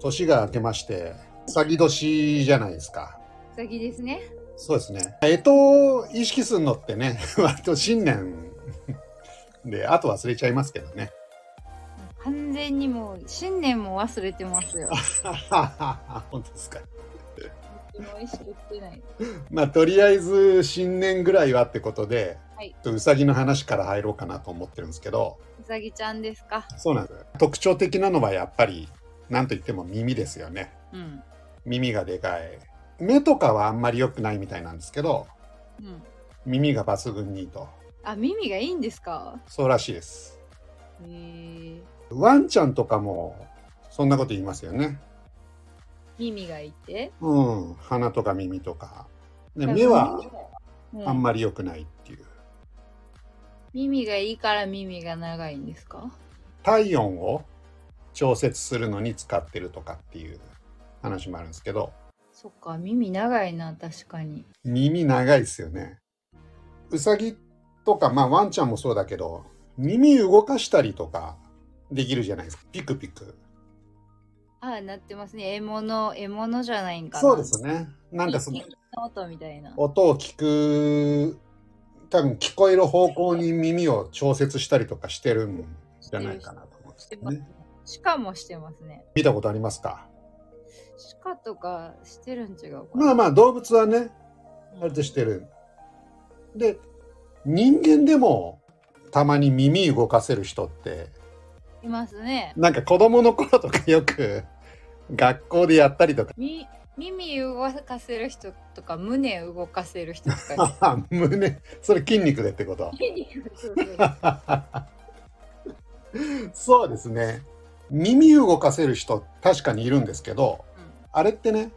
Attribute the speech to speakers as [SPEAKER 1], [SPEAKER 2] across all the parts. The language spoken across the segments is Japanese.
[SPEAKER 1] 年が明けまして、うさぎ年じゃないですか。
[SPEAKER 2] うさぎですね。
[SPEAKER 1] そうですね。えとを意識するのってね、 割と新年 で、あと忘れちゃいますけどね。
[SPEAKER 2] 完全にもう新年も忘れてます よ。
[SPEAKER 1] 本当ですか。
[SPEAKER 2] 昨日意識してない。
[SPEAKER 1] まあ、とりあえず新年ぐらいはってことで、
[SPEAKER 2] はい
[SPEAKER 1] ちょっとうさぎの話から入ろうかなと思ってるんですけど、
[SPEAKER 2] うさぎちゃんですか。
[SPEAKER 1] そうなんです。特徴的なのはやっぱり、なんといっても耳ですよね。
[SPEAKER 2] うん。
[SPEAKER 1] 耳がでかい。目とかはあんまり良くないみたいなんですけど、
[SPEAKER 2] うん。
[SPEAKER 1] 耳が抜群にいいと。
[SPEAKER 2] あ、耳がいいんですか。
[SPEAKER 1] そうらしいです。
[SPEAKER 2] へえ。
[SPEAKER 1] ワンちゃんとかも、そんなこと言いますよね。
[SPEAKER 2] 耳がいて。
[SPEAKER 1] うん。鼻とか耳とか。で目はあん
[SPEAKER 2] ま。
[SPEAKER 1] まり良くないっていう。
[SPEAKER 2] 耳がいいから耳が長いんですか。
[SPEAKER 1] 体温を調節するのに使ってるとかっていう話もあるんですけど、
[SPEAKER 2] そっか、耳長いな、確かに。
[SPEAKER 1] 耳長いですよね。うさぎとか、まあワンちゃんもそうだけど、耳動かしたりとかできるじゃないですか。ピクピク。
[SPEAKER 2] あ、なってますね。獲物、獲物じゃないんかな。
[SPEAKER 1] そうですね。なんかその
[SPEAKER 2] ピッピッの音みたいな。
[SPEAKER 1] 音を聞く、多分聞こえる方向に耳を調節したりとかしてるんじゃないかなと思うんです
[SPEAKER 2] して
[SPEAKER 1] け
[SPEAKER 2] ま
[SPEAKER 1] ど
[SPEAKER 2] す
[SPEAKER 1] ね。。
[SPEAKER 2] 鹿もしてますね。
[SPEAKER 1] 見たことありますか
[SPEAKER 2] 鹿とかしてるん違うかな。
[SPEAKER 1] まあまあ動物はね、あれとしてる。で、人間でもたまに耳動かせる人って、
[SPEAKER 2] いますね。
[SPEAKER 1] なんか子供の頃とかよく学校でやったりとか、
[SPEAKER 2] み耳動かせる人とか胸動かせる人とか
[SPEAKER 1] あ胸、それ筋肉でってこと。
[SPEAKER 2] そうそう
[SPEAKER 1] そうですね。耳動かせる人確かにいるんですけど、あれってね、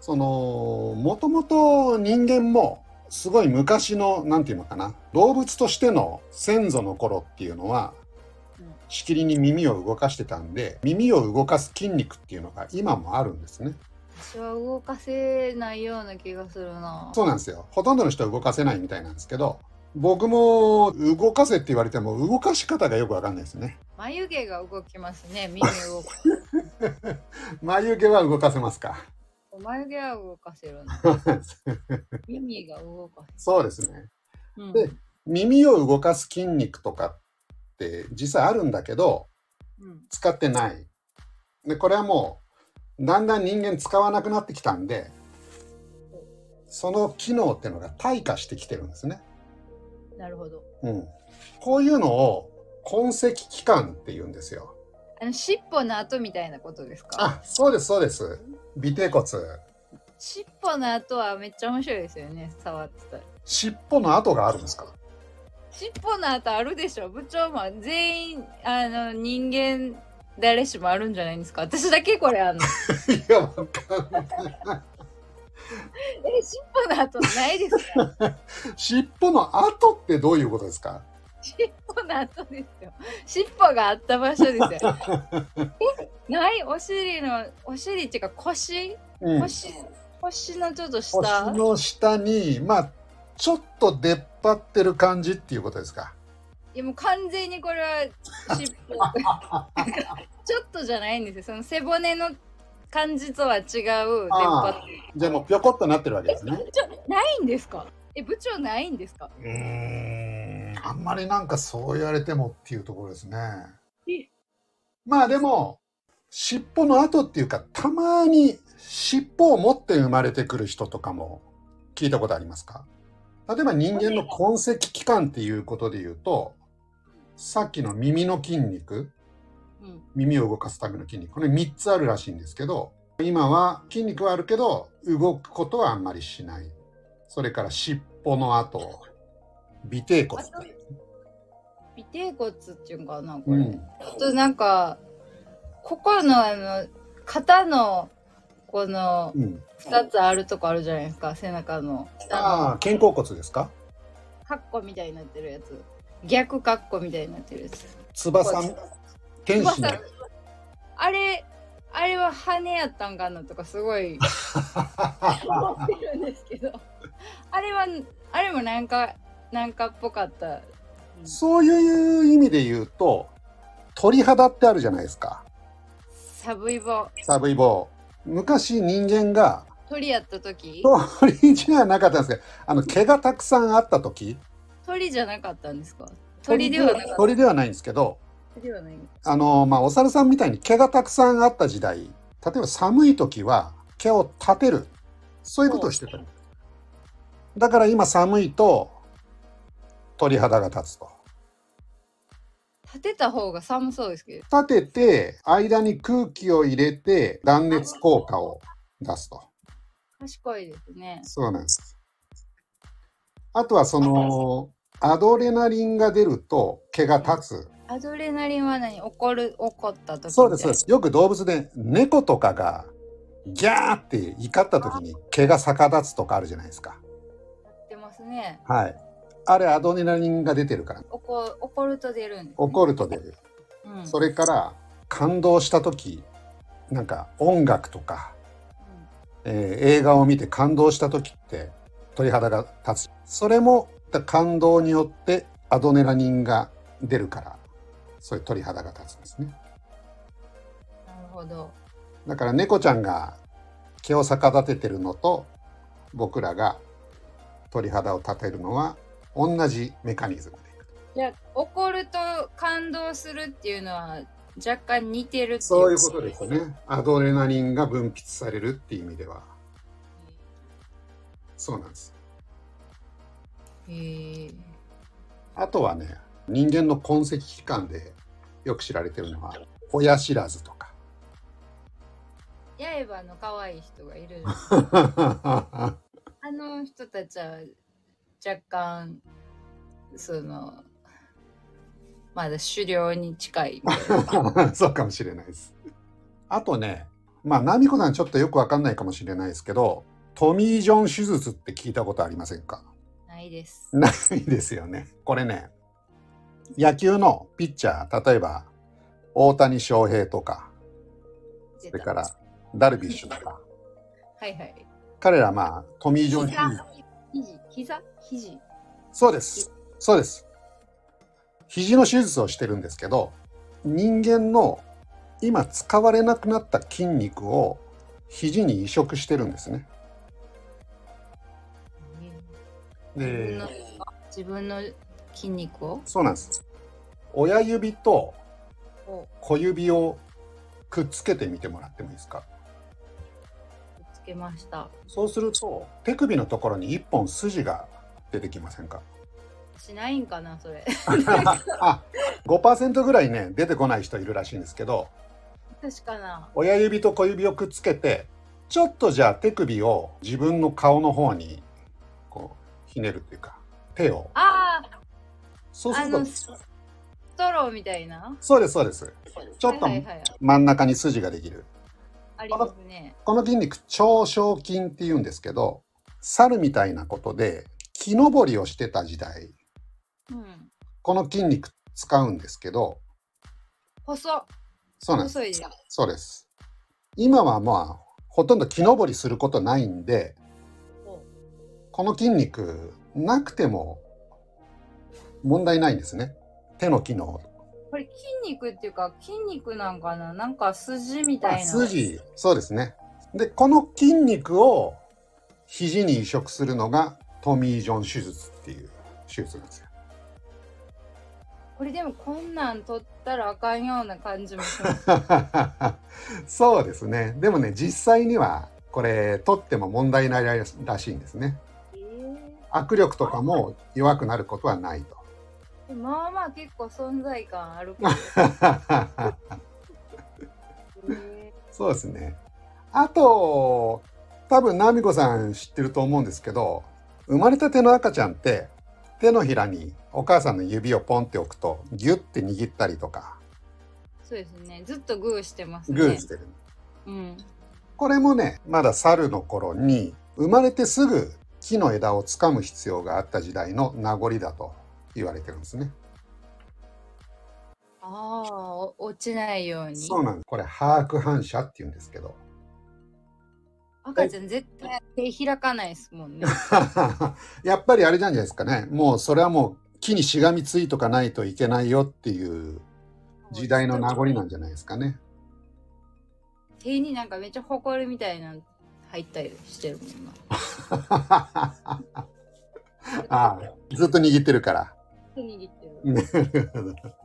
[SPEAKER 1] その、もともと人間も、すごい昔の、なんていうのかな、動物としての先祖の頃っていうのは
[SPEAKER 2] うん、
[SPEAKER 1] しきりに耳を動かしてたんで、耳を動かす筋肉っていうのが今もあるんですね。
[SPEAKER 2] 私は動かせないような気がするな。
[SPEAKER 1] そうなんですよ。ほとんどの人は動かせないみたいなんですけど、僕も動かせって言われても動かし方がよくわかんないですね。
[SPEAKER 2] 眉毛が動きますね。耳動か
[SPEAKER 1] 眉毛は動かせますか。
[SPEAKER 2] 眉毛は動かせるな。耳が動か
[SPEAKER 1] そうですね。
[SPEAKER 2] せる。うん
[SPEAKER 1] で耳を動かす筋肉とかって実際あるんだけど
[SPEAKER 2] うん
[SPEAKER 1] 使ってないでこれはもうだんだん人間使わなくなってきたんでその機能っていうのが退化してきてるんですね、
[SPEAKER 2] なるほど。
[SPEAKER 1] うん、こういうのを痕跡器官って言うんですよ
[SPEAKER 2] あの尻尾の跡みたいなことですか
[SPEAKER 1] あそうですそうです尾てい骨
[SPEAKER 2] 尻尾の跡はめっちゃ面白いですよね。触ってたら。
[SPEAKER 1] 尻尾の跡があるんですか
[SPEAKER 2] 尻尾の跡あるでしょ部長も全員あの人間誰しもあるんじゃないんですか私だけこれあん
[SPEAKER 1] い
[SPEAKER 2] の
[SPEAKER 1] やわかんない
[SPEAKER 2] え尻尾の跡ないですか
[SPEAKER 1] 尻尾の跡ってどういうことですか
[SPEAKER 2] 尻尾の跡ですよ尻尾があった場所です よえないお尻のお尻っていうか腰
[SPEAKER 1] うん
[SPEAKER 2] 腰、腰のちょっと下
[SPEAKER 1] 腰の下にまあちょっと出っ張ってる感じっていうことですか
[SPEAKER 2] いやもう完全にこれは尻 尾ちょっとじゃないんですよその背骨の感じとは違う出っ張ってる
[SPEAKER 1] じゃあもうぴょこっとなってるわけですね
[SPEAKER 2] ちょないんですかえ部長ないんですか
[SPEAKER 1] うーんあんまりなんかそう言われてもっていうところですね
[SPEAKER 2] え
[SPEAKER 1] まあでも尻尾の跡っていうかたまに尻尾を持って生まれてくる人とかも聞いたことありますか例えば人間の痕跡器官っていうことで言うとさっきの耳の筋肉
[SPEAKER 2] うん
[SPEAKER 1] 耳を動かすための筋肉これ3つあるらしいんですけど今は筋肉はあるけど動くことはあんまりしないそれから尻尾の後尾てい骨
[SPEAKER 2] あと尾てい骨っていうんかなこ
[SPEAKER 1] う
[SPEAKER 2] れ、
[SPEAKER 1] ん、
[SPEAKER 2] あとなんかここのあの肩のこの
[SPEAKER 1] うん、
[SPEAKER 2] 2つあるとこあるじゃないですか背中の下
[SPEAKER 1] ああ肩甲骨ですか
[SPEAKER 2] のカッコみたいになってるやつ逆カッコみたいになってるやつ
[SPEAKER 1] 翼天使の
[SPEAKER 2] 翼あれあれは羽やったんかなとかすご い思ってるんですけどあれはあれもなんかなんかっぽかった
[SPEAKER 1] そういう意味で言うと鳥肌ってあるじゃないですか
[SPEAKER 2] サブイボ
[SPEAKER 1] サブイボ昔人間が
[SPEAKER 2] 鳥やった時
[SPEAKER 1] 鳥じゃなかったんですけどあの毛がたくさんあった時
[SPEAKER 2] 鳥じゃなかったんですか鳥ではなかった
[SPEAKER 1] 鳥ではないんですけど
[SPEAKER 2] 鳥ではないんです
[SPEAKER 1] あの、まあ、お猿さんみたいに毛がたくさんあった時代例えば寒い時は毛を立てるそういうことをしてただから今寒いと鳥肌が立つと
[SPEAKER 2] 立てた方が寒そうですけど
[SPEAKER 1] 立てて間に空気を入れて断熱効果を出すと
[SPEAKER 2] 賢いですね
[SPEAKER 1] そうなんですあとはそのアドレナリンが出ると毛が立つ
[SPEAKER 2] アドレナリンは何怒る怒った時
[SPEAKER 1] そうですそうで
[SPEAKER 2] みたい
[SPEAKER 1] すよく動物で猫とかがギャーって怒った時に毛が逆立つとかあるじゃないですか
[SPEAKER 2] なやってますね
[SPEAKER 1] はいあれアドレナリンが出てるから
[SPEAKER 2] 怒怒ると出るんです、ね、
[SPEAKER 1] 怒
[SPEAKER 2] る、
[SPEAKER 1] ると出る
[SPEAKER 2] うん、
[SPEAKER 1] それから感動した時なんか音楽とか、
[SPEAKER 2] うん
[SPEAKER 1] えー映画を見て感動した時って鳥肌が立つそれもだ感動によってアドレナリンが出るからそういう鳥肌が立つんですね
[SPEAKER 2] なるほど
[SPEAKER 1] だから猫ちゃんが毛を逆立ててるのと僕らが鳥肌を立てるのは同じメカニズムで
[SPEAKER 2] じゃあ怒ると感動するっていうのは若干似てるっていう
[SPEAKER 1] そういうことですねアドレナリンが分泌されるっていう意味ではそうなんです
[SPEAKER 2] へえ
[SPEAKER 1] あとはね人間の痕跡器官でよく知られてるのは親知らずとか
[SPEAKER 2] 刃の可愛い人がいるあの人たちは若干そのまだ狩猟に近い
[SPEAKER 1] そうかもしれないですあとねまあ奈美子さんちょっとよくわかんないかもしれないですけどトミー・ジョン手術って聞いたことありませんか
[SPEAKER 2] ないです
[SPEAKER 1] ないですよね。これね、野球のピッチャー、例えば大谷翔平とか、
[SPEAKER 2] そ
[SPEAKER 1] それからダルビッシュとか、
[SPEAKER 2] はいはい
[SPEAKER 1] 彼らまあ、トミー・ジョン手術
[SPEAKER 2] 肘膝肘
[SPEAKER 1] そうです。そうです。肘の手術をしてるんですけど、人間の今使われなくなった筋肉を肘に移植してるんですね。
[SPEAKER 2] 自分
[SPEAKER 1] で
[SPEAKER 2] の、自分の筋肉を
[SPEAKER 1] そうなんです。親指と
[SPEAKER 2] を
[SPEAKER 1] 小指をくっつけてみてもらってもいいですか
[SPEAKER 2] つけました
[SPEAKER 1] そうすると手首のところに一本筋が出てきません か
[SPEAKER 2] しないんかなそれ
[SPEAKER 1] あ5%ぐらいね出てこない人いるらしいんですけど
[SPEAKER 2] 確かな
[SPEAKER 1] 親指と小指をくっつけてちょっとじゃあ手首を自分の顔の方にこうひねるというか手を
[SPEAKER 2] ああ
[SPEAKER 1] そうす
[SPEAKER 2] あ
[SPEAKER 1] ると
[SPEAKER 2] のスストローみたいな
[SPEAKER 1] そうですそうですちょっと
[SPEAKER 2] はいはいはい、
[SPEAKER 1] 真ん中に筋ができる
[SPEAKER 2] ありますね
[SPEAKER 1] この筋肉長小筋って言うんですけど猿みたいなことで木登りをしてた時代
[SPEAKER 2] うん
[SPEAKER 1] この筋肉使うんですけど
[SPEAKER 2] 細
[SPEAKER 1] そうなんです
[SPEAKER 2] 細いじゃん
[SPEAKER 1] そうです。今はまあほとんど木登りすることないんで
[SPEAKER 2] お
[SPEAKER 1] この筋肉なくても問題ないんですね手の機能
[SPEAKER 2] これ筋肉っていうか筋肉なんかななんか筋みたいな
[SPEAKER 1] 筋そうですねでこの筋肉を肘に移植するのがトミー・ジョン手術っていう手術なんですよ
[SPEAKER 2] これでもこんなん取ったらあかんような感じもし ます
[SPEAKER 1] そうですねでもね実際にはこれ取っても問題ないららしいんですね
[SPEAKER 2] えー
[SPEAKER 1] 握力とかも弱くなることはないと
[SPEAKER 2] でまあまあ結構存在感あ るから、え
[SPEAKER 1] そうですね。あと、多分、ナミコさん知ってると思うんですけど、生まれたての赤ちゃんって、手のひらにお母さんの指をポンって置くと、ギュッて握ったりとか、
[SPEAKER 2] ーそうですねずっとグーしてますね
[SPEAKER 1] グーしてる。
[SPEAKER 2] うん
[SPEAKER 1] これもね、まだ猿の頃に、生まれてすぐ木の枝を掴む必要があった時代の名残だと言われてるんですね。
[SPEAKER 2] ああお落ちないように
[SPEAKER 1] そうなんです。これ、把握反射って言うんですけど。
[SPEAKER 2] 赤ちゃん絶対手開かないですもん ね
[SPEAKER 1] やっぱりあれなんじゃないですかね。もうそれはもう木にしがみついとかないといけないよっていう時代の名残なんじゃないですかね。
[SPEAKER 2] 手になんかめっちゃほこりみたいなの入ったりしてるもんな。
[SPEAKER 1] ああずっと握ってるから。
[SPEAKER 2] 手握ってる。
[SPEAKER 1] なるほど